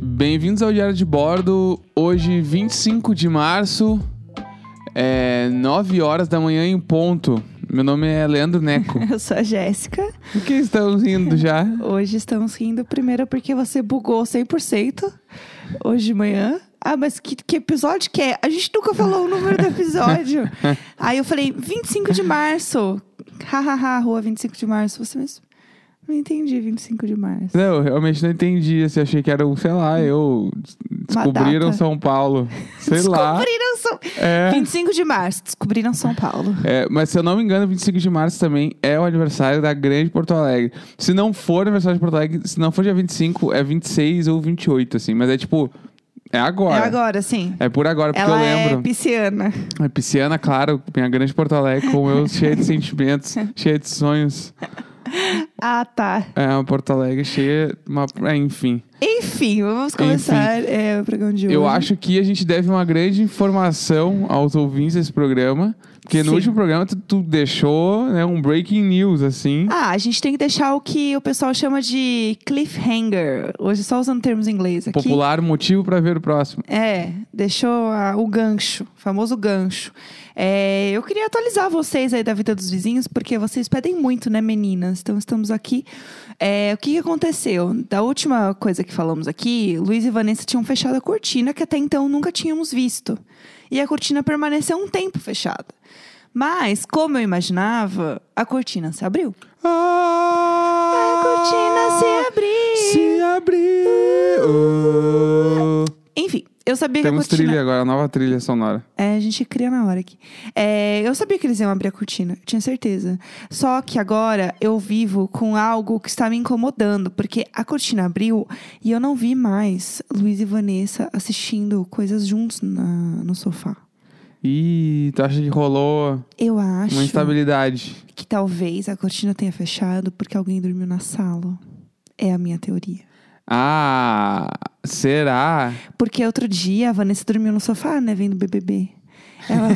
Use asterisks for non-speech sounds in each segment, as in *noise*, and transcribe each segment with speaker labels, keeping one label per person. Speaker 1: Bem-vindos ao Diário de Bordo. Hoje, 25 de março, é 9 horas da manhã em ponto. Meu nome é Leandro
Speaker 2: *laughs*
Speaker 1: Neco.
Speaker 2: Eu sou a Jéssica.
Speaker 1: Por que estamos rindo já?
Speaker 2: Hoje estamos rindo primeiro porque você bugou 100% hoje de manhã. Ah, mas que, que episódio que é? A gente nunca falou o número do
Speaker 1: *laughs*
Speaker 2: episódio. Aí eu falei, 25 de março. Hahaha, rua 25 de março. Você mesmo. Não entendi, 25 de março.
Speaker 1: Não, eu realmente não entendi. Assim, achei que era, um, sei lá, eu. Descobriram
Speaker 2: data.
Speaker 1: São Paulo. Sei lá.
Speaker 2: Descobriram São...
Speaker 1: É.
Speaker 2: 25 de março, descobriram São Paulo.
Speaker 1: É, mas se eu não me engano, 25 de março também é o aniversário da Grande Porto Alegre. Se não for aniversário de Porto Alegre, se não for dia 25, é 26 ou 28, assim. Mas é tipo, é agora.
Speaker 2: É agora, sim.
Speaker 1: É por agora, porque
Speaker 2: Ela
Speaker 1: eu
Speaker 2: é
Speaker 1: lembro.
Speaker 2: pisciana.
Speaker 1: É pisciana, claro, minha Grande Porto Alegre, como
Speaker 2: *laughs*
Speaker 1: eu, cheia de sentimentos, cheia de sonhos.
Speaker 2: Ah, tá.
Speaker 1: É uma Porto Alegre cheia, uma... é, enfim.
Speaker 2: Enfim, vamos começar é, o programa de hoje.
Speaker 1: Eu acho que a gente deve uma grande informação aos ouvintes desse programa. Porque no
Speaker 2: Sim.
Speaker 1: último programa tu, tu deixou né, um breaking news, assim.
Speaker 2: Ah, a gente tem que deixar o que o pessoal chama de cliffhanger. Hoje só usando termos em inglês aqui.
Speaker 1: Popular, motivo pra ver o próximo.
Speaker 2: É, deixou a- o gancho, o famoso gancho. É, eu queria atualizar vocês aí da vida dos vizinhos, porque vocês pedem muito, né, meninas? Então estamos aqui. É, o que, que aconteceu? Da última coisa que falamos aqui, Luiz e Vanessa tinham fechado a cortina, que até então nunca tínhamos visto. E a cortina permaneceu um tempo fechada. Mas, como eu imaginava, a cortina se abriu.
Speaker 1: Ah,
Speaker 2: A cortina se Uh. abriu!
Speaker 1: se abriu.
Speaker 2: Enfim, eu sabia
Speaker 1: Temos
Speaker 2: que a cortina.
Speaker 1: trilha agora, nova trilha sonora.
Speaker 2: É, a gente cria na hora aqui. É, eu sabia que eles iam abrir a cortina, eu tinha certeza. Só que agora eu vivo com algo que está me incomodando, porque a cortina abriu e eu não vi mais Luiz e Vanessa assistindo coisas juntos na- no sofá.
Speaker 1: Ih, tu acha que rolou
Speaker 2: Eu acho
Speaker 1: uma instabilidade?
Speaker 2: que talvez a cortina tenha fechado porque alguém dormiu na sala. É a minha teoria.
Speaker 1: Ah, será?
Speaker 2: Porque outro dia a Vanessa dormiu no sofá, né, vendo BBB. Ela,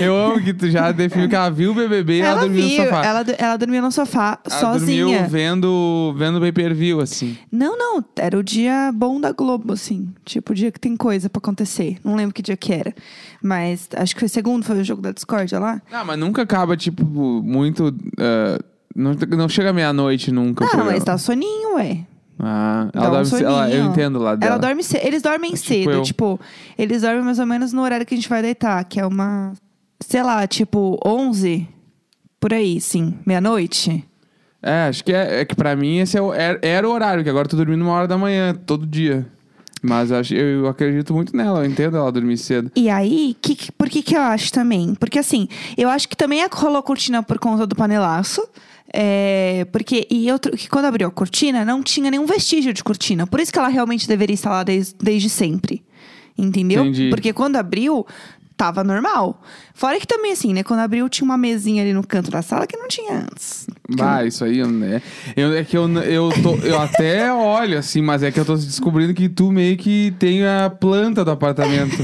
Speaker 1: Eu amo que tu já definiu que ela viu o BBB e ela,
Speaker 2: ela
Speaker 1: dormiu
Speaker 2: viu,
Speaker 1: no sofá.
Speaker 2: Ela, do- ela dormiu no sofá
Speaker 1: Ela
Speaker 2: sozinha.
Speaker 1: dormiu vendo, vendo o pay-per-view, assim.
Speaker 2: Não, não, era o dia bom da Globo, assim. Tipo, o dia que tem coisa pra acontecer. Não lembro que dia que era. Mas acho que foi segundo, foi o jogo da discórdia lá.
Speaker 1: Ah, mas nunca acaba, tipo, muito... ah, não, não chega meia-noite nunca. o
Speaker 2: Não,
Speaker 1: programa.
Speaker 2: mas dá um soninho, ué.
Speaker 1: Ah,
Speaker 2: Dá
Speaker 1: ela
Speaker 2: um
Speaker 1: dorme... ce- ela- eu
Speaker 2: soninho.
Speaker 1: entendo lá dela.
Speaker 2: Ela dorme ce- Eles dormem cedo,
Speaker 1: eu.
Speaker 2: tipo, eles dormem mais ou menos no horário que a gente vai deitar, que é uma, sei lá, tipo, 11, por aí, sim, meia-noite.
Speaker 1: É, acho que é, é que pra mim esse é o- era, era o horário, que agora eu tô dormindo uma hora da manhã, todo dia. Mas acho, eu, eu acredito muito nela, eu entendo ela dormir cedo.
Speaker 2: E aí, que, que- por que, que eu acho também? Porque assim, eu acho que também rolou a cortina por conta do panelaço. É, porque e eu, tro- que quando abriu a cortina, não tinha nenhum vestígio de cortina. Por isso que ela realmente deveria estar lá des- desde sempre. Entendeu?
Speaker 1: Entendi.
Speaker 2: Porque quando abriu, tava normal. Fora que também, assim, né? Quando abriu, tinha uma mesinha ali no canto da sala que não tinha antes.
Speaker 1: Bah, isso aí, né? Eu, é que eu, n- eu, tô, eu até olho, assim, mas é que eu tô descobrindo que tu meio que tem a planta do
Speaker 2: *laughs*
Speaker 1: apartamento.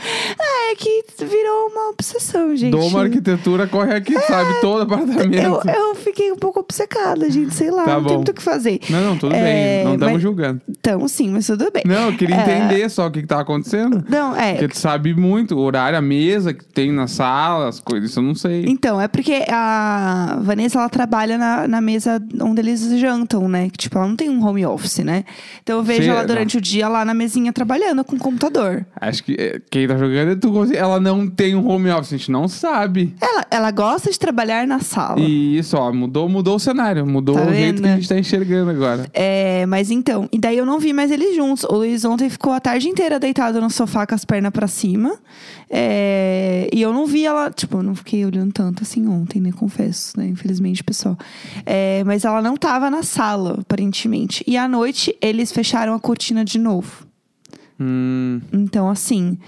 Speaker 2: É que virou uma obsessão, gente.
Speaker 1: Dou uma arquitetura, corre aqui, sabe? Todo apartamento.
Speaker 2: eu, eu fiquei um pouco obcecada, gente. Sei lá,
Speaker 1: Tá
Speaker 2: não tem
Speaker 1: bom.
Speaker 2: muito o que fazer.
Speaker 1: Não, não, tudo
Speaker 2: É,
Speaker 1: bem, não estamos
Speaker 2: mas-
Speaker 1: julgando.
Speaker 2: Então, sim, mas tudo bem.
Speaker 1: Não, eu queria
Speaker 2: É.
Speaker 1: entender só o que, que tá acontecendo.
Speaker 2: Não,
Speaker 1: Né?
Speaker 2: é.
Speaker 1: Porque tu sabe muito, o horário, a mesa que tem na sala, as coisas, isso eu não sei.
Speaker 2: Então, é porque a Vanessa, ela trabalha na, na mesa onde eles jantam, né? Que, tipo, ela não tem um home office, né? Então eu vejo
Speaker 1: Sim, é,
Speaker 2: ela
Speaker 1: não.
Speaker 2: durante o dia lá na mesinha trabalhando com o computador.
Speaker 1: Acho que é, quem tá jogando é tu. Gonzi- Ela não tem um home office, a gente não sabe.
Speaker 2: Ela, ela gosta de trabalhar na sala.
Speaker 1: E isso, ó, mudou, mudou o cenário. Mudou
Speaker 2: Tá
Speaker 1: o jeito
Speaker 2: vendo?
Speaker 1: que a gente tá enxergando agora.
Speaker 2: É, mas então, e daí eu não vi mais eles juntos. O Luiz ontem ficou a tarde inteira deitado no sofá com as pernas pra cima. É, e eu não vi ela, tipo, eu não fiquei olhando tanto assim ontem, né? Confesso, né? Infelizmente, pessoal. É, mas ela não tava na sala, aparentemente. E à noite eles fecharam a cortina de novo.
Speaker 1: Hum,
Speaker 2: Então, assim.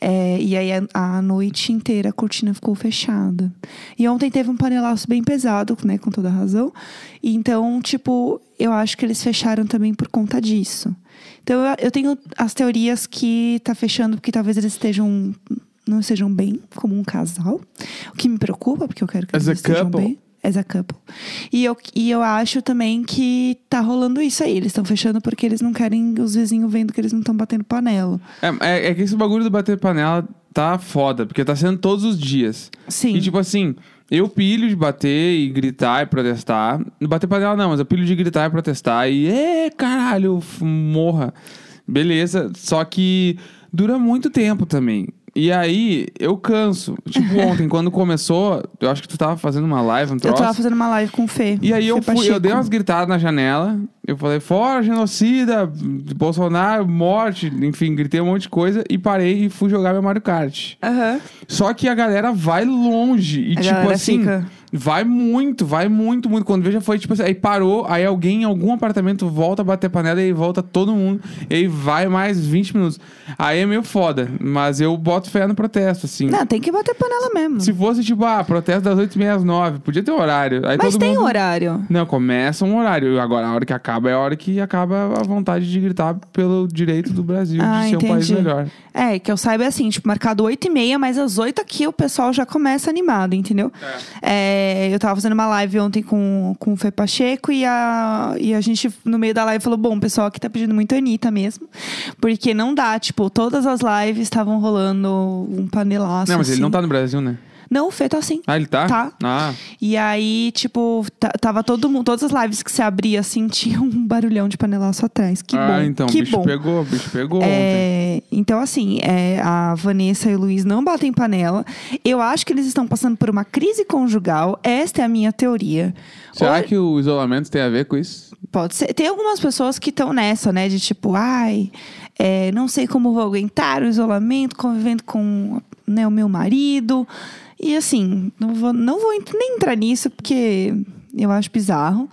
Speaker 2: é, e aí a, a noite inteira a cortina ficou fechada. E ontem teve um panelaço bem pesado, né? Com toda razão. E então, tipo, eu acho que eles fecharam também por conta disso. Então eu, eu tenho as teorias que tá fechando, porque talvez eles estejam. não estejam bem, como um casal. O que me preocupa, porque eu quero que
Speaker 1: As
Speaker 2: eles
Speaker 1: a
Speaker 2: estejam
Speaker 1: couple.
Speaker 2: bem. as a couple. E eu, e eu acho também que tá rolando isso aí. Eles estão fechando porque eles não querem os vizinhos vendo que eles não estão batendo panela.
Speaker 1: É, é, é que esse bagulho do bater panela tá foda, porque tá sendo todos os dias.
Speaker 2: Sim.
Speaker 1: E tipo assim, eu pilho de bater e gritar e protestar. Não bater panela não, mas eu pilho de gritar e protestar. E é, caralho, f- morra. Beleza, só que dura muito tempo também. E aí, eu canso.
Speaker 2: *laughs*
Speaker 1: Tipo, ontem, quando começou, eu acho que tu tava fazendo uma live, um
Speaker 2: eu
Speaker 1: troço.
Speaker 2: tava fazendo uma live com o Fê.
Speaker 1: E aí eu
Speaker 2: Fê
Speaker 1: fui, eu
Speaker 2: é Pacheco.
Speaker 1: dei umas gritadas na janela. Eu falei, fora genocida, Bolsonaro, morte, enfim, gritei um monte de coisa e parei e fui jogar meu Mario Kart.
Speaker 2: Aham.
Speaker 1: Só que a galera vai longe e
Speaker 2: A
Speaker 1: tipo
Speaker 2: galera
Speaker 1: assim,
Speaker 2: fica.
Speaker 1: vai muito, vai muito, muito. Quando veja foi tipo assim, aí parou, aí alguém em algum apartamento volta a bater panela e aí volta todo mundo, e aí vai mais 20 minutos. Aí é meio foda, mas eu boto fé no protesto assim.
Speaker 2: Não, tem que bater panela mesmo.
Speaker 1: Se fosse tipo, ah, protesto das 8h30 às 9, podia ter um horário. Aí
Speaker 2: Mas
Speaker 1: todo
Speaker 2: tem
Speaker 1: mundo...
Speaker 2: horário.
Speaker 1: Não, começa um horário. Agora, a hora que acaba é a hora que acaba a vontade de gritar pelo direito do Brasil
Speaker 2: Ah,
Speaker 1: de ser um país
Speaker 2: entendi.
Speaker 1: melhor.
Speaker 2: É, que eu saiba é assim, tipo, marcado 8 e meia, mas às 8 aqui o pessoal já começa animado, entendeu? É, eu tava fazendo uma live ontem com, com o Fê Pacheco e a, e a gente, no meio da live, falou: bom, o pessoal aqui tá pedindo muito Anitta mesmo. Porque não dá, tipo, todas as lives estavam rolando um panelaço.
Speaker 1: não, mas ele
Speaker 2: assim.
Speaker 1: não tá no Brasil, né?
Speaker 2: Não, o Fê tá assim.
Speaker 1: Ah, ele tá?
Speaker 2: Tá.
Speaker 1: Ah,
Speaker 2: E aí, tipo, ta- tava todo mundo, todas as lives que se abria, assim, *laughs* tinha um barulhão de panelaço atrás. Que
Speaker 1: ah,
Speaker 2: bom.
Speaker 1: então,
Speaker 2: que
Speaker 1: bicho
Speaker 2: bom.
Speaker 1: pegou, bicho pegou ontem.
Speaker 2: É, então, assim, é, a Vanessa e o Luiz não batem panela. Eu acho que eles estão passando por uma crise conjugal. Esta é a minha teoria.
Speaker 1: Será
Speaker 2: Ou-
Speaker 1: que o isolamento tem a ver com isso?
Speaker 2: Pode ser. Tem algumas pessoas que estão nessa, né? De tipo, ai, é, não sei como vou aguentar o isolamento, convivendo com né, o meu marido. E assim, não vou, não vou ent- nem entrar nisso, porque eu acho bizarro.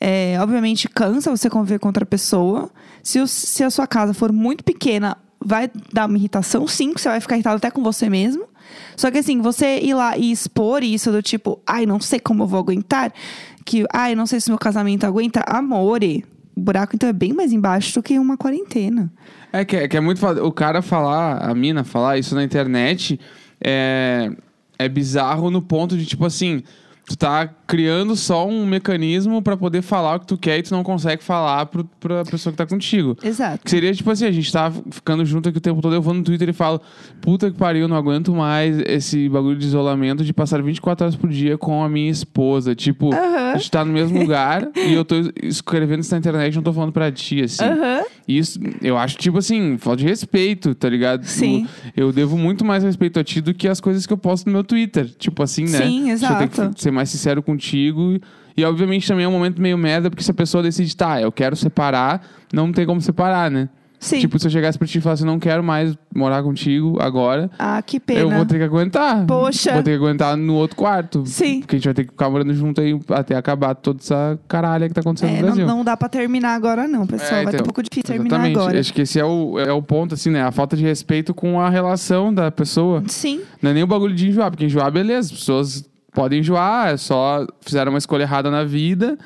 Speaker 2: É, obviamente, cansa você conviver com outra pessoa. Se, o- se a sua casa for muito pequena, vai dar uma irritação, sim, que você vai ficar irritado até com você mesmo. Só que assim, você ir lá e expor isso do tipo, ai, não sei como eu vou aguentar, que, ai, não sei se meu casamento aguenta, amore. O buraco então é bem mais embaixo do que uma quarentena.
Speaker 1: É que, é que é muito foda. O cara falar, a mina falar isso na internet é, é bizarro no ponto de, tipo assim, tu tá criando só um mecanismo pra poder falar o que tu quer e tu não consegue falar pro, pra pessoa que tá contigo.
Speaker 2: Exato.
Speaker 1: Que seria tipo assim, a gente tá ficando junto aqui o tempo todo, eu vou no Twitter e falo, puta que pariu, não aguento mais esse bagulho de isolamento de passar 24 horas por dia com a minha esposa. Tipo, a gente tá no
Speaker 2: *laughs*
Speaker 1: mesmo lugar e eu tô escrevendo isso na internet, não tô falando pra ti, assim. E Isso, eu acho, tipo assim, falta de respeito, tá ligado?
Speaker 2: Sim.
Speaker 1: Eu devo muito mais respeito a ti do que as coisas que eu posto no meu Twitter. Tipo assim, né?
Speaker 2: Sim,
Speaker 1: Deixa eu ter que
Speaker 2: exato.
Speaker 1: ser mais sincero contigo. E obviamente também é um momento meio merda, porque se a pessoa decide, tá, eu quero separar, não tem como separar, né?
Speaker 2: Sim.
Speaker 1: Tipo, se eu chegasse pra ti e falasse, não quero mais morar contigo agora,
Speaker 2: ah, que pena.
Speaker 1: eu vou ter que aguentar.
Speaker 2: Poxa.
Speaker 1: Vou ter que aguentar no outro quarto.
Speaker 2: Sim.
Speaker 1: Porque a gente vai ter que ficar morando junto aí até acabar toda essa caralha que tá acontecendo
Speaker 2: É,
Speaker 1: no
Speaker 2: não,
Speaker 1: Brasil.
Speaker 2: não dá pra terminar agora, não, pessoal.
Speaker 1: É,
Speaker 2: Vai ter
Speaker 1: então,
Speaker 2: um pouco difícil terminar
Speaker 1: Exatamente.
Speaker 2: agora.
Speaker 1: Acho que esse é o, é o ponto, assim, né? A falta de respeito com a relação da pessoa.
Speaker 2: Sim,
Speaker 1: Não é nem o bagulho de enjoar, porque enjoar, beleza, as pessoas podem enjoar, é só fizeram uma escolha errada na vida.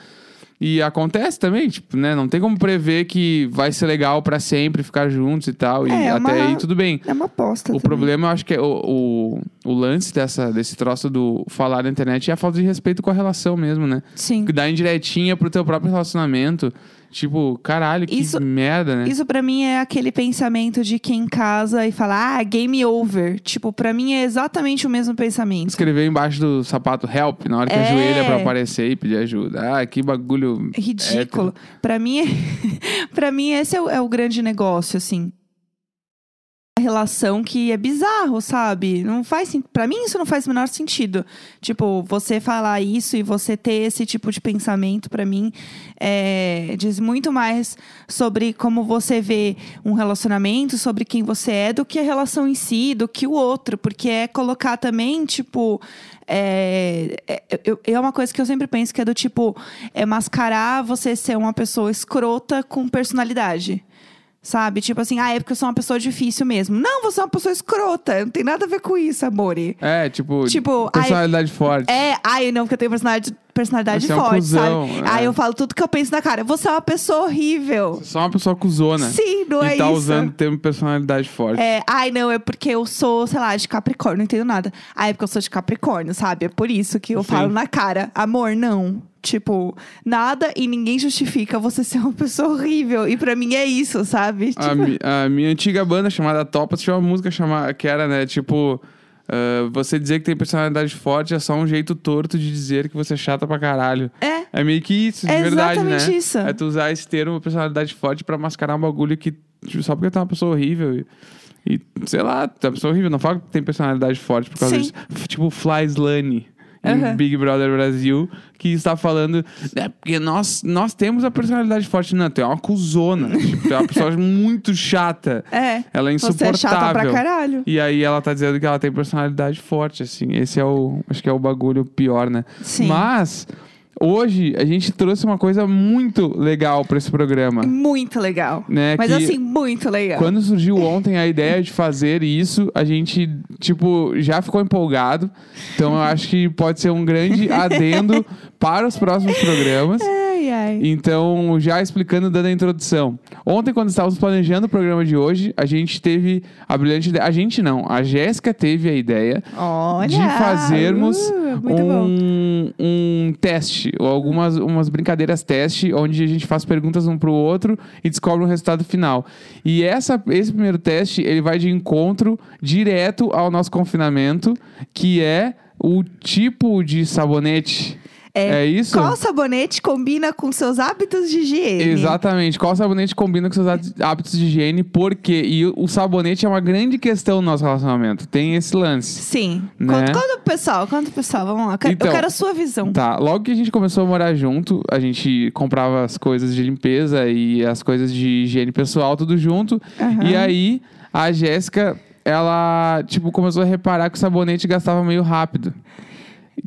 Speaker 1: E acontece também, tipo, né? Não tem como prever que vai ser legal pra sempre ficar juntos e tal. E
Speaker 2: É,
Speaker 1: até
Speaker 2: uma-
Speaker 1: aí tudo bem.
Speaker 2: é uma aposta.
Speaker 1: O
Speaker 2: também.
Speaker 1: problema, eu acho que é o, o, o lance dessa, desse troço do falar na internet é a falta de respeito com a relação mesmo, né?
Speaker 2: Sim.
Speaker 1: Que dá indiretinha pro teu próprio relacionamento. Tipo, caralho, que
Speaker 2: Isso-
Speaker 1: merda, né?
Speaker 2: Isso pra mim é aquele pensamento de quem casa e fala, ah, game over. Tipo, pra mim é exatamente o mesmo pensamento.
Speaker 1: Escreveu embaixo do sapato help na hora que
Speaker 2: É.
Speaker 1: ajoelha pra aparecer e pedir ajuda. Ah, que bagulho.
Speaker 2: Ridículo. Pra mim, para mim esse é *laughs* o, é o grande negócio, assim. A relação que é bizarro, sabe? Não faz sen- Pra mim isso não faz o menor sentido. Tipo, você falar isso e você ter esse tipo de pensamento, pra mim, é, diz muito mais sobre como você vê um relacionamento, sobre quem você é, do que a relação em si, do que o outro. Porque é colocar também, tipo. É, é, eu- é uma coisa que eu sempre penso que é do tipo. É mascarar você ser uma pessoa escrota com personalidade. Sabe? Tipo assim, ah, é porque eu sou uma pessoa difícil mesmo. Não, você é uma pessoa escrota. Não tem nada a ver com isso, amore.
Speaker 1: É, tipo,
Speaker 2: Tipo,
Speaker 1: personalidade forte.
Speaker 2: É, ai, não, porque eu tenho personalidade, personalidade
Speaker 1: Você é um
Speaker 2: forte,
Speaker 1: cuzão,
Speaker 2: sabe?
Speaker 1: é.
Speaker 2: Aí eu falo tudo que eu penso na cara. Você é uma pessoa horrível.
Speaker 1: Só uma pessoa cuzona.
Speaker 2: Sim, não
Speaker 1: e
Speaker 2: é
Speaker 1: tá
Speaker 2: isso.
Speaker 1: usando o termo personalidade forte.
Speaker 2: É, ai, não, é porque eu sou, sei lá, de Capricórnio, não entendo nada. Ai, é porque eu sou de Capricórnio, sabe? É por isso que eu
Speaker 1: Sim.
Speaker 2: falo na cara, amor, não. Tipo, nada e ninguém justifica você ser uma pessoa horrível. E pra mim é isso, sabe? Tipo,
Speaker 1: A, mi- a minha antiga banda chamada Topas tinha uma música chamada, que era, né, tipo... ah, você dizer que tem personalidade forte é só um jeito torto de dizer que você é chata pra caralho.
Speaker 2: é.
Speaker 1: É meio que isso, de
Speaker 2: É
Speaker 1: verdade, né?
Speaker 2: exatamente isso.
Speaker 1: É tu usar esse termo, personalidade forte, pra mascarar um bagulho que... tipo, só porque tu é uma pessoa horrível e... e, sei lá, tu é uma pessoa horrível. Não fala que tem personalidade forte por causa
Speaker 2: Sim.
Speaker 1: disso. F- Tipo Fly Slane. Em
Speaker 2: Aham.
Speaker 1: Big Brother Brasil, que está falando. É porque nós, nós temos a personalidade forte. Não, tu é uma cuzona. *laughs* tipo, tu é uma pessoa muito chata.
Speaker 2: É.
Speaker 1: Ela é
Speaker 2: Você
Speaker 1: insuportável.
Speaker 2: é chata pra caralho.
Speaker 1: E aí ela tá dizendo que ela tem personalidade forte, assim. Esse é o. Acho que é o bagulho pior, né?
Speaker 2: Sim.
Speaker 1: Mas hoje a gente trouxe uma coisa muito legal pra esse programa.
Speaker 2: Muito legal.
Speaker 1: Né,
Speaker 2: Mas
Speaker 1: que-
Speaker 2: assim, muito legal.
Speaker 1: Quando surgiu ontem a ideia de fazer isso, a gente, tipo, já ficou empolgado. Então eu acho que pode ser um grande
Speaker 2: *laughs*
Speaker 1: adendo para os próximos programas.
Speaker 2: Ai, ai.
Speaker 1: Então, já explicando, dando a introdução. Ontem, quando estávamos planejando o programa de hoje, a gente teve a brilhante ideia. A gente não, a Jéssica teve a ideia
Speaker 2: Olha.
Speaker 1: de fazermos
Speaker 2: uh, muito bom.
Speaker 1: um, um teste, ou algumas umas brincadeiras teste, onde a gente faz perguntas um pro outro e descobre o resultado final. E essa, esse primeiro teste, ele vai de encontro direto ao nosso confinamento, que é o tipo de sabonete.
Speaker 2: É.
Speaker 1: isso?
Speaker 2: Qual sabonete combina com seus hábitos de higiene?
Speaker 1: Exatamente. Qual sabonete combina com seus há- hábitos de higiene? Por quê? E o o sabonete é uma grande questão no nosso relacionamento. Tem esse lance.
Speaker 2: Sim.
Speaker 1: Né?
Speaker 2: Conta, conta pro pessoal, conta pro pessoal. Vamos lá. Eu quero-
Speaker 1: Então.
Speaker 2: eu quero a sua visão.
Speaker 1: Tá, logo que a gente começou a morar junto, a gente comprava as coisas de limpeza e as coisas de higiene pessoal, tudo junto.
Speaker 2: Aham.
Speaker 1: E aí, a Jéssica, ela, tipo, começou a reparar que o sabonete gastava meio rápido.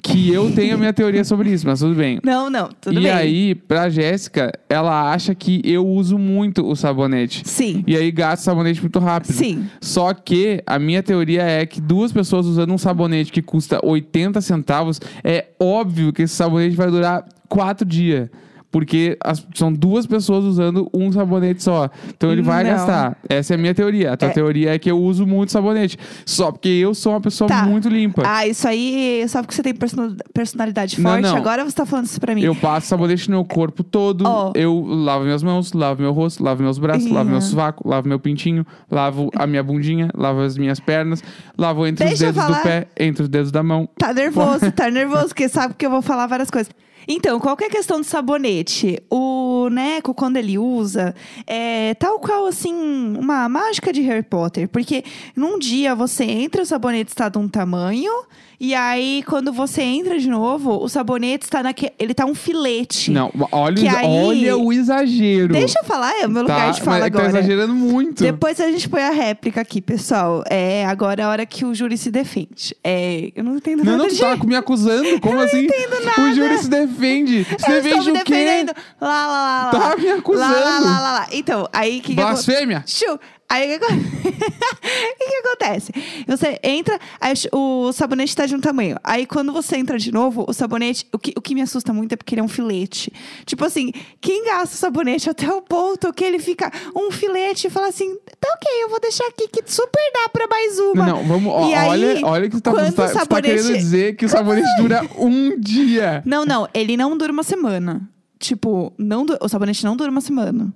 Speaker 1: Que eu tenho a minha teoria sobre isso, mas tudo bem.
Speaker 2: Não, não, tudo
Speaker 1: e
Speaker 2: bem.
Speaker 1: aí, pra Jéssica, ela acha que eu uso muito o sabonete.
Speaker 2: Sim,
Speaker 1: E aí gasta o sabonete muito rápido.
Speaker 2: sim.
Speaker 1: Só que a minha teoria é que duas pessoas usando um sabonete que custa 80 centavos, é óbvio que esse sabonete vai durar quatro dias. Porque as- são duas pessoas usando um sabonete só. Então ele vai
Speaker 2: Não.
Speaker 1: gastar. Essa é a minha teoria. A tua
Speaker 2: É.
Speaker 1: teoria é que eu uso muito sabonete. Só porque eu sou uma pessoa
Speaker 2: Tá.
Speaker 1: muito limpa.
Speaker 2: Ah, isso aí, só porque você tem persona- personalidade
Speaker 1: Não,
Speaker 2: forte,
Speaker 1: não.
Speaker 2: agora você tá falando isso pra mim.
Speaker 1: Eu passo sabonete no meu corpo todo.
Speaker 2: Ó.
Speaker 1: Eu lavo minhas mãos, lavo meu rosto, lavo meus braços, lavo
Speaker 2: Ih.
Speaker 1: meu sovaco, lavo meu pintinho, lavo a minha bundinha, lavo as minhas pernas, lavo entre
Speaker 2: Deixa eu
Speaker 1: os dedos
Speaker 2: falar.
Speaker 1: do pé, entre os dedos da mão.
Speaker 2: Tá nervoso, tá nervoso, porque sabe que eu vou falar várias coisas. Então, qualquer questão do sabonete, o Neco, quando ele usa, é tal qual, assim, uma mágica de Harry Potter. Porque num dia você entra, o sabonete está de um tamanho, e aí quando você entra de novo, o sabonete está naquele. Ele tá um filete.
Speaker 1: Não, olha, o
Speaker 2: Que
Speaker 1: exa-
Speaker 2: aí-
Speaker 1: olha o exagero.
Speaker 2: Deixa eu falar, é o meu
Speaker 1: tá,
Speaker 2: lugar de fala
Speaker 1: mas
Speaker 2: agora.
Speaker 1: Tá exagerando muito.
Speaker 2: Depois a gente põe a réplica aqui, pessoal. É agora é a hora que o júri se defende. É, eu não entendo
Speaker 1: Não,
Speaker 2: nada
Speaker 1: não, tu
Speaker 2: de...
Speaker 1: tá me acusando. Como assim? O júri se defende. Se
Speaker 2: Eu
Speaker 1: defende
Speaker 2: estou me
Speaker 1: o quê?
Speaker 2: defendendo. Lá, lá, lá, lá.
Speaker 1: Tá me acusando.
Speaker 2: Lá, lá, lá, lá, lá. Então, aí que que acon-
Speaker 1: Blasfêmia.
Speaker 2: Chu, aí o que, acon- o *laughs* que que acontece? Você entra, aí o sabonete tá de um tamanho. Aí quando você entra de novo, o sabonete, o que, o que me assusta muito é porque ele é um filete. Tipo assim, quem gasta o sabonete até o ponto que ele fica um filete e fala assim, tá ok, eu vou deixar aqui que super dá pra mais uma.
Speaker 1: Não, não, vamos. ó,
Speaker 2: E aí,
Speaker 1: olha, olha que tu tá,
Speaker 2: quando
Speaker 1: tu tá,
Speaker 2: o
Speaker 1: tu tá
Speaker 2: sabonete-
Speaker 1: querendo dizer que o sabonete
Speaker 2: *laughs*
Speaker 1: dura um dia.
Speaker 2: Não, não, ele não dura uma semana. Tipo, não du- o sabonete não dura uma semana.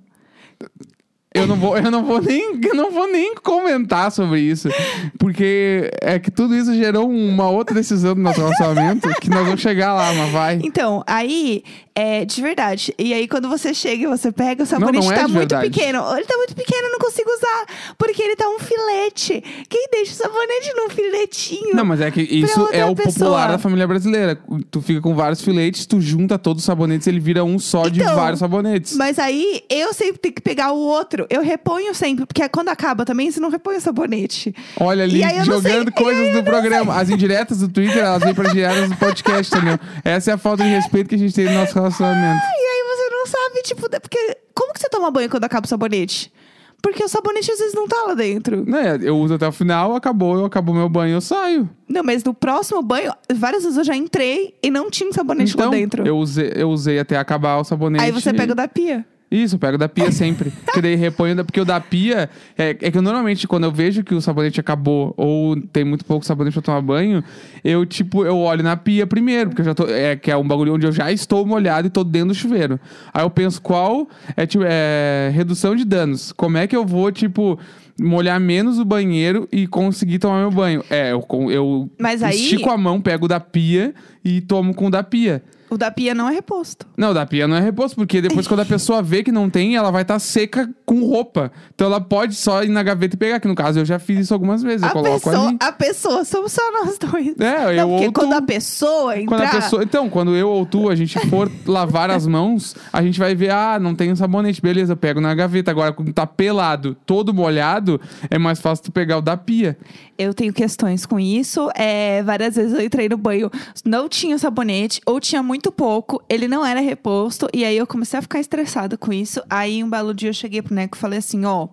Speaker 1: Eu não vou, eu não vou nem, eu não vou nem comentar sobre isso, porque é que tudo isso gerou uma outra decisão do nosso relacionamento que nós vamos chegar lá, mas vai.
Speaker 2: Então, aí, é de verdade. E aí, quando você chega e você pega, o sabonete
Speaker 1: não é
Speaker 2: tá
Speaker 1: de
Speaker 2: muito
Speaker 1: verdade.
Speaker 2: pequeno. Ele tá muito pequeno, eu não consigo usar. Porque ele tá um filete. Quem deixa o sabonete num filetinho?
Speaker 1: Não, mas é que isso
Speaker 2: outra
Speaker 1: é o
Speaker 2: pessoa.
Speaker 1: popular da família brasileira. Tu fica com vários filetes, tu junta todos os sabonetes, ele vira um só de
Speaker 2: Então,
Speaker 1: vários sabonetes.
Speaker 2: Mas aí eu sempre tenho que pegar o outro. Eu reponho sempre, porque quando acaba também, você não repõe o sabonete.
Speaker 1: Olha ali,
Speaker 2: E aí eu não sei-
Speaker 1: jogando coisas do programa. As indiretas do Twitter, elas vêm para diretas do podcast, entendeu? Essa é a falta de respeito que a gente tem no nosso relacionamento.
Speaker 2: E aí você não sabe, tipo, porque. Como que você toma banho quando acaba o sabonete? Porque o sabonete às vezes não tá lá dentro.
Speaker 1: Né, eu uso até o final, acabou, eu acabo meu banho, eu saio.
Speaker 2: Não, mas no próximo banho, várias vezes eu já entrei e não tinha um sabonete lá
Speaker 1: então,
Speaker 2: dentro.
Speaker 1: Eu, usei, eu usei até acabar o sabonete.
Speaker 2: Aí você pega o da pia.
Speaker 1: Isso, eu pego da pia
Speaker 2: *laughs*
Speaker 1: sempre. Porque daí reponho, da- porque o da pia. É, é que eu, normalmente, quando eu vejo que o sabonete acabou ou tem muito pouco sabonete pra tomar banho, eu, tipo, eu olho na pia primeiro, porque eu já tô. É que é um bagulho onde eu já estou molhado e tô dentro do chuveiro. Aí eu penso qual é, tipo, é redução de danos. Como é que eu vou, tipo, molhar menos o banheiro e conseguir tomar meu banho? É, eu, com- eu
Speaker 2: Mas aí-
Speaker 1: estico a mão, pego o da pia e tomo com o da pia.
Speaker 2: O da pia não é reposto.
Speaker 1: Não, da pia não é reposto, porque depois quando a pessoa vê que não tem, ela vai estar seca com roupa. Então ela pode só ir na gaveta e pegar, que no caso eu já fiz isso algumas vezes. eu
Speaker 2: A
Speaker 1: coloco
Speaker 2: pessoa,
Speaker 1: ali.
Speaker 2: a pessoa, somos só nós dois.
Speaker 1: É, eu
Speaker 2: não, porque
Speaker 1: ou tu-
Speaker 2: quando a pessoa entrar.
Speaker 1: Quando a pessoa, então, quando eu ou tu, a gente
Speaker 2: *laughs*
Speaker 1: for lavar as mãos, a gente vai ver, ah, não tem um sabonete, beleza, eu pego na gaveta. Agora, quando tá pelado, todo molhado, é mais fácil tu pegar o da pia.
Speaker 2: Eu tenho questões com isso. É, várias vezes eu entrei no banho, não tinha sabonete, ou tinha muito pouco, ele não era reposto, e aí eu comecei a ficar estressada com isso. Aí um belo dia eu cheguei pro Neco e falei assim: ó.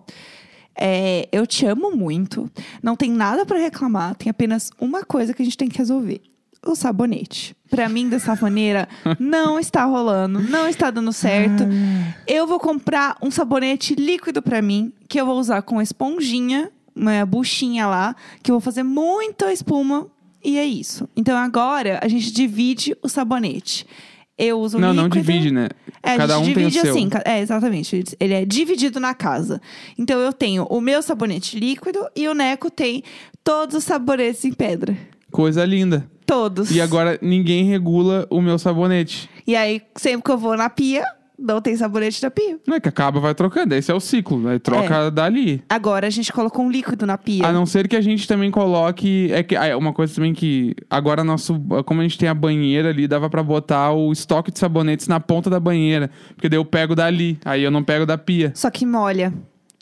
Speaker 2: é, eu te amo muito, não tem nada pra reclamar, tem apenas uma coisa que a gente tem que resolver: o sabonete. Pra mim, dessa
Speaker 1: *laughs*
Speaker 2: maneira, não está rolando, não está dando certo.
Speaker 1: Ah.
Speaker 2: Eu vou comprar um sabonete líquido pra mim, que eu vou usar com esponjinha, uma buchinha lá, que eu vou fazer muita espuma e é isso. Então agora a gente divide o sabonete. Eu uso o
Speaker 1: não, não
Speaker 2: líquido.
Speaker 1: divide, né?
Speaker 2: É,
Speaker 1: Cada
Speaker 2: a gente
Speaker 1: um tem o
Speaker 2: divide
Speaker 1: seu.
Speaker 2: assim, ca- é, exatamente. Ele é dividido na casa. Então eu tenho o meu sabonete líquido e o Neco tem todos os sabonetes em pedra.
Speaker 1: Coisa linda.
Speaker 2: Todos.
Speaker 1: E agora ninguém regula o meu sabonete.
Speaker 2: E aí, sempre que eu vou na pia, não tem sabonete na pia.
Speaker 1: Não é que acaba, vai trocando. Esse é o ciclo, né?
Speaker 2: É.
Speaker 1: Troca dali.
Speaker 2: Agora a gente colocou um líquido na pia.
Speaker 1: A Ah, não ser que a gente também coloque. É que ah, é uma coisa também que. Agora, nosso. Como a gente tem a banheira ali, dava pra botar o estoque de sabonetes na ponta da banheira. Porque daí eu pego dali. Aí eu não pego da pia.
Speaker 2: Só que molha.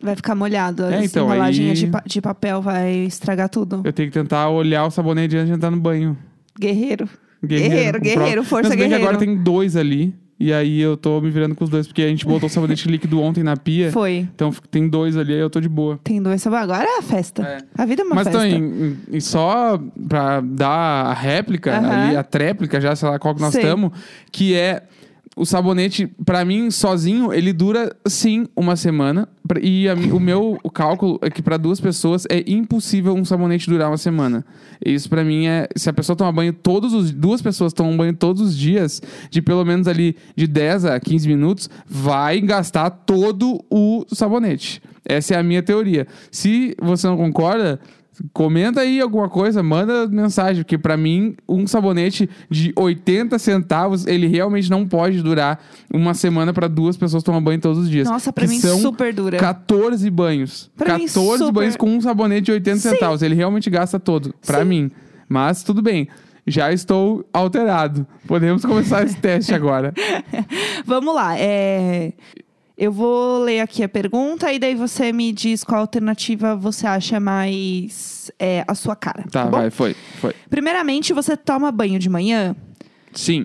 Speaker 2: Vai ficar molhado.
Speaker 1: É,
Speaker 2: Essa
Speaker 1: então,
Speaker 2: embaladinha
Speaker 1: aí-
Speaker 2: de, pa- de papel vai estragar tudo.
Speaker 1: Eu tenho que tentar olhar o sabonete antes de entrar no banho.
Speaker 2: Guerreiro. Guerreiro,
Speaker 1: com prova.
Speaker 2: guerreiro, força,
Speaker 1: Não, se bem que
Speaker 2: guerreiro.
Speaker 1: agora tem dois ali. E aí eu tô me virando com os dois, porque a gente botou o sabonete líquido ontem na pia.
Speaker 2: Foi.
Speaker 1: Então f- tem dois ali, aí eu tô de boa.
Speaker 2: Tem dois sabores. Agora é a festa.
Speaker 1: É.
Speaker 2: A vida é uma
Speaker 1: Mas
Speaker 2: festa.
Speaker 1: também, e só pra dar a réplica,
Speaker 2: Aham.
Speaker 1: ali, a tréplica, já sei lá qual que nós
Speaker 2: Sei.
Speaker 1: estamos, que é o sabonete, pra mim, sozinho, ele dura sim uma semana. Pra- E a mi- o meu *laughs* cálculo é que pra duas pessoas é impossível um sabonete durar uma semana. Isso pra mim é. Se a pessoa tomar banho todos os. Duas pessoas tomam banho todos os dias, de pelo menos ali de 10 a 15 minutos, vai gastar todo o sabonete. Essa é a minha teoria. Se você não concorda, comenta aí alguma coisa, manda mensagem, porque pra mim um sabonete de 80 centavos, ele realmente não pode durar uma semana pra duas pessoas tomar banho todos os dias.
Speaker 2: Nossa, pra
Speaker 1: que
Speaker 2: mim
Speaker 1: são
Speaker 2: super dura.
Speaker 1: 14 banhos.
Speaker 2: Pra mim,
Speaker 1: 14
Speaker 2: super-
Speaker 1: banhos com um sabonete de 80
Speaker 2: Sim.
Speaker 1: centavos. Ele realmente gasta todo, pra
Speaker 2: Sim.
Speaker 1: mim. Mas tudo bem. Já estou alterado. Podemos começar esse teste
Speaker 2: *laughs*
Speaker 1: agora.
Speaker 2: Vamos lá. é, Eu vou ler aqui a pergunta e daí você me diz qual alternativa você acha mais é, a sua cara.
Speaker 1: Tá,
Speaker 2: Tá, bom?
Speaker 1: vai, foi, foi.
Speaker 2: Primeiramente, você toma banho de manhã?
Speaker 1: Sim.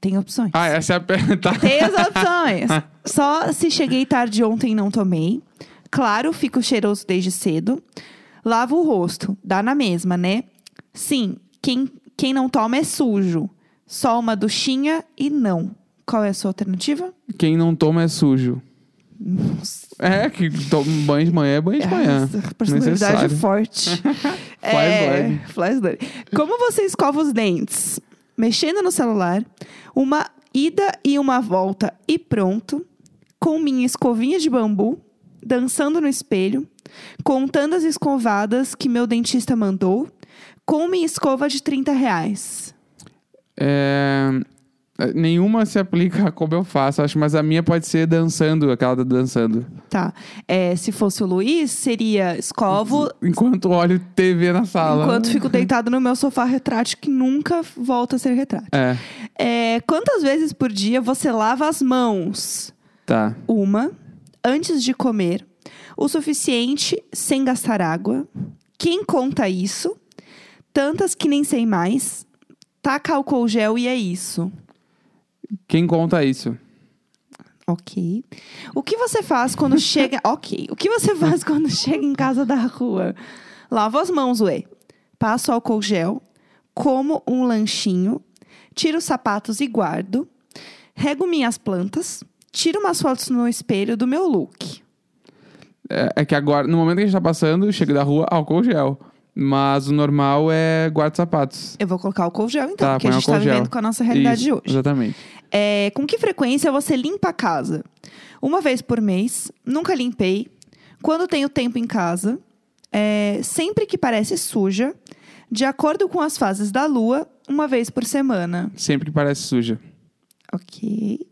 Speaker 2: Tem opções.
Speaker 1: Ah, essa é a pergunta.
Speaker 2: Tem as opções. Só se cheguei tarde ontem e não tomei. Claro, fico cheiroso desde cedo. Lavo o rosto. Dá na mesma, né? Sim, quem, quem não toma é sujo. Só uma duchinha e não. Qual é a sua alternativa?
Speaker 1: Quem não toma é sujo. É, que toma banho de manhã é banho de manhã.
Speaker 2: Essa personalidade
Speaker 1: Necessário. *laughs*
Speaker 2: forte. é, flash done. Como você escova os dentes? Mexendo no celular, uma ida e uma volta e pronto. Com minha escovinha de bambu, dançando no espelho, contando as escovadas que meu dentista mandou, com minha escova de 30 reais.
Speaker 1: É, Nenhuma se aplica a como eu faço, acho, mas a minha pode ser dançando, aquela da dançando.
Speaker 2: Tá. É, se fosse o Luiz, seria escovo
Speaker 1: Enquanto olho TV na sala.
Speaker 2: enquanto fico deitado no meu sofá retrátil que nunca volta a ser retrátil.
Speaker 1: É,
Speaker 2: É, quantas vezes por dia você lava as mãos?
Speaker 1: tá.
Speaker 2: Uma, antes de comer, o suficiente sem gastar água. Quem conta isso? Tantas que nem sei mais. Taca álcool gel e é isso.
Speaker 1: Quem conta isso?
Speaker 2: Ok. O que você faz quando
Speaker 1: *laughs*
Speaker 2: chega. Ok. O que você faz quando chega em casa da rua? Lavo as mãos, ué. Passo álcool gel. Como um lanchinho. Tiro os sapatos e guardo. Rego minhas plantas. Tiro umas fotos no espelho do meu look.
Speaker 1: É, é que agora, no momento que a gente tá passando, chega da rua, álcool gel. Mas o normal é guarda sapatos.
Speaker 2: Eu vou colocar álcool gel, então,
Speaker 1: Tá,
Speaker 2: porque a
Speaker 1: põe
Speaker 2: gente tá
Speaker 1: álcool gel.
Speaker 2: vivendo com a nossa realidade de
Speaker 1: Isso,
Speaker 2: hoje.
Speaker 1: Exatamente.
Speaker 2: É, com que frequência você limpa a casa? Uma vez por mês, nunca limpei. Quando tenho tempo em casa, é, sempre que parece suja, de acordo com as fases da lua, uma vez por semana.
Speaker 1: Sempre que parece suja.
Speaker 2: Ok.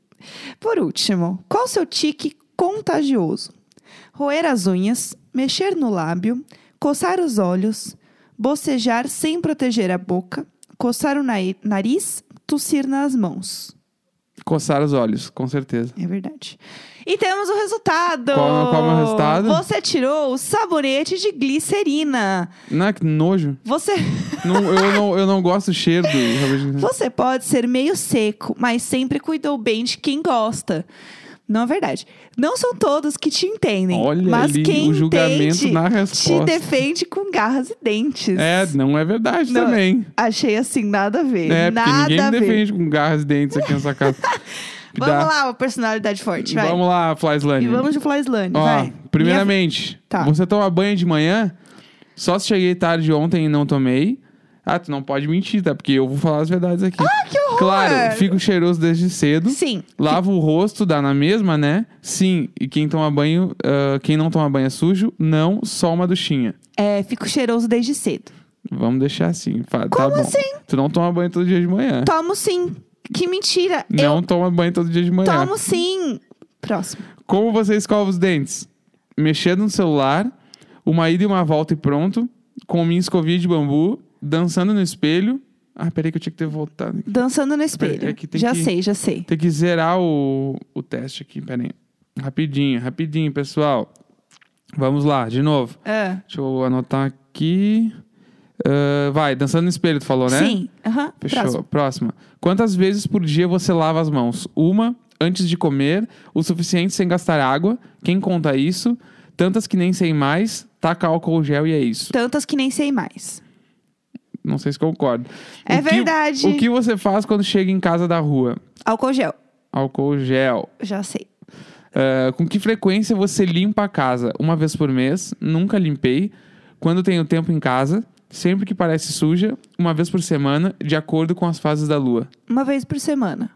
Speaker 2: Por último, qual o seu tique contagioso? Roer as unhas, mexer no lábio, coçar os olhos, bocejar sem proteger a boca, coçar o nai- nariz, tossir nas mãos.
Speaker 1: Coçar os olhos, com certeza.
Speaker 2: É verdade. E temos o resultado!
Speaker 1: Qual- qual é o resultado?
Speaker 2: Você tirou o sabonete de glicerina.
Speaker 1: Não, é que nojo.
Speaker 2: Você,
Speaker 1: Não, eu, não, eu não gosto do cheiro do sabonete.
Speaker 2: você pode ser meio seco, mas sempre cuidou bem de quem gosta. Não é verdade. Não são todos que te entendem.
Speaker 1: Olha
Speaker 2: mas
Speaker 1: ali
Speaker 2: quem
Speaker 1: o julgamento
Speaker 2: entende
Speaker 1: na
Speaker 2: te
Speaker 1: resposta.
Speaker 2: defende com garras e dentes.
Speaker 1: É, não é verdade
Speaker 2: Não,
Speaker 1: também.
Speaker 2: Achei assim, nada a ver.
Speaker 1: É, porque
Speaker 2: nada
Speaker 1: ninguém
Speaker 2: a
Speaker 1: me
Speaker 2: ver.
Speaker 1: defende com garras e dentes aqui nessa
Speaker 2: *laughs*
Speaker 1: casa. Que
Speaker 2: Vamos
Speaker 1: dá.
Speaker 2: lá, personalidade forte, vai.
Speaker 1: Vamos lá, Flyslane.
Speaker 2: E vamos de Flyslane,
Speaker 1: Ó,
Speaker 2: vai.
Speaker 1: primeiramente,
Speaker 2: Tá.
Speaker 1: você toma banho de manhã? Só se cheguei tarde ontem e não tomei. Ah, tu não pode mentir, tá? Porque eu vou falar as verdades aqui. Ah, que horror! Claro, fico cheiroso desde cedo.
Speaker 2: Minha- Sim,
Speaker 1: Lava o rosto, dá na mesma, né? Sim. E quem toma banho, ah, quem não toma banho é sujo? Não, só uma duchinha.
Speaker 2: é, fico cheiroso desde cedo.
Speaker 1: Vamos deixar assim. Fa- tá
Speaker 2: Como
Speaker 1: bom.
Speaker 2: assim?
Speaker 1: Tu não toma banho todo dia de manhã.
Speaker 2: Tomo sim. Que mentira.
Speaker 1: Não toma banho todo dia de
Speaker 2: Eu
Speaker 1: manhã.
Speaker 2: tomo sim. Próximo.
Speaker 1: Como você escova os dentes? Mexendo no celular, uma ida e uma volta e pronto, com minha escovinha de bambu, dançando no espelho. Ah, peraí que eu tinha que ter voltado.
Speaker 2: Dançando no espelho.
Speaker 1: Peraí, é que tem
Speaker 2: já
Speaker 1: que-
Speaker 2: sei, já sei.
Speaker 1: Tem que zerar o, o teste aqui, peraí. Rapidinho, rapidinho, pessoal. Vamos lá, de novo.
Speaker 2: Ah,
Speaker 1: Deixa eu anotar aqui. Ah, vai, dançando no espelho, tu falou, né?
Speaker 2: Sim. Aham.
Speaker 1: Fechou.
Speaker 2: Próximo.
Speaker 1: Próxima. Quantas vezes por dia você lava as mãos? Uma, antes de comer, o suficiente sem gastar água. Quem conta isso? Tantas que nem sei mais, taca álcool gel e é isso.
Speaker 2: Tantas que nem sei mais.
Speaker 1: Não sei se concordo.
Speaker 2: É
Speaker 1: O que-
Speaker 2: verdade.
Speaker 1: O que você faz quando chega em casa da rua?
Speaker 2: Álcool gel.
Speaker 1: Álcool gel.
Speaker 2: Já sei.
Speaker 1: Ah, com que frequência você limpa a casa? Uma vez por mês, nunca limpei. Quando tenho tempo em casa, sempre que parece suja, uma vez por semana, de acordo com as fases da lua.
Speaker 2: Uma vez por
Speaker 1: *laughs*
Speaker 2: semana.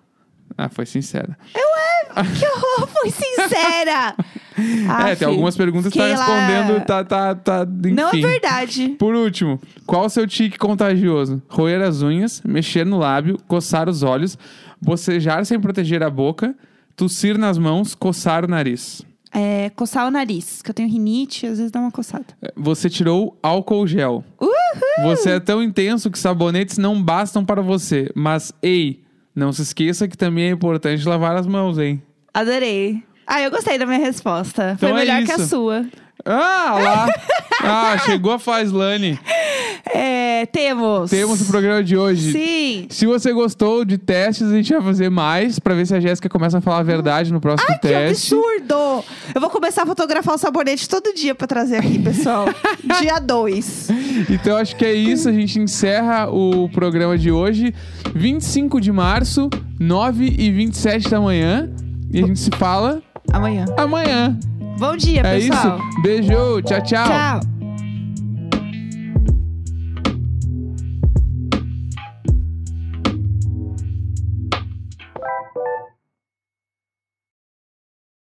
Speaker 1: Ah, foi sincera.
Speaker 2: Que horror, fui sincera.
Speaker 1: *laughs*
Speaker 2: Ah,
Speaker 1: é,
Speaker 2: fi.
Speaker 1: tem algumas perguntas que tá
Speaker 2: Fiquei lá-
Speaker 1: respondendo, tá, tá, tá, enfim.
Speaker 2: Não é verdade.
Speaker 1: Por último, qual o seu tique contagioso? Roer as unhas, mexer no lábio, coçar os olhos, bocejar sem proteger a boca, tossir nas mãos, coçar o nariz.
Speaker 2: É, coçar o nariz, que eu tenho rinite, às vezes dá uma coçada.
Speaker 1: É, Você tirou álcool gel. Você é tão intenso que sabonetes não bastam para você. Mas, ei, não se esqueça que também é importante lavar as mãos, hein?
Speaker 2: Adorei. Ah, eu gostei da minha resposta. Foi
Speaker 1: Então é
Speaker 2: melhor que a
Speaker 1: isso.
Speaker 2: sua.
Speaker 1: Ah,
Speaker 2: *laughs*
Speaker 1: lá! ah, chegou a Fazlane.
Speaker 2: É, temos.
Speaker 1: Temos o programa de hoje.
Speaker 2: Sim.
Speaker 1: Se você gostou de testes, a gente vai fazer mais pra ver se a Jéssica começa a falar a verdade no próximo
Speaker 2: Ai, que
Speaker 1: teste.
Speaker 2: absurdo! Eu vou começar a fotografar o sabonete todo dia pra trazer aqui,
Speaker 1: *laughs*
Speaker 2: pessoal. dia 2.
Speaker 1: Então acho que é isso. A gente encerra o programa de hoje. 25 de março, 9 e 27 da manhã. E a gente se fala
Speaker 2: Amanhã.
Speaker 1: amanhã.
Speaker 2: Bom dia,
Speaker 1: É
Speaker 2: pessoal.
Speaker 1: isso. Beijo. Tchau, tchau.
Speaker 2: Tchau.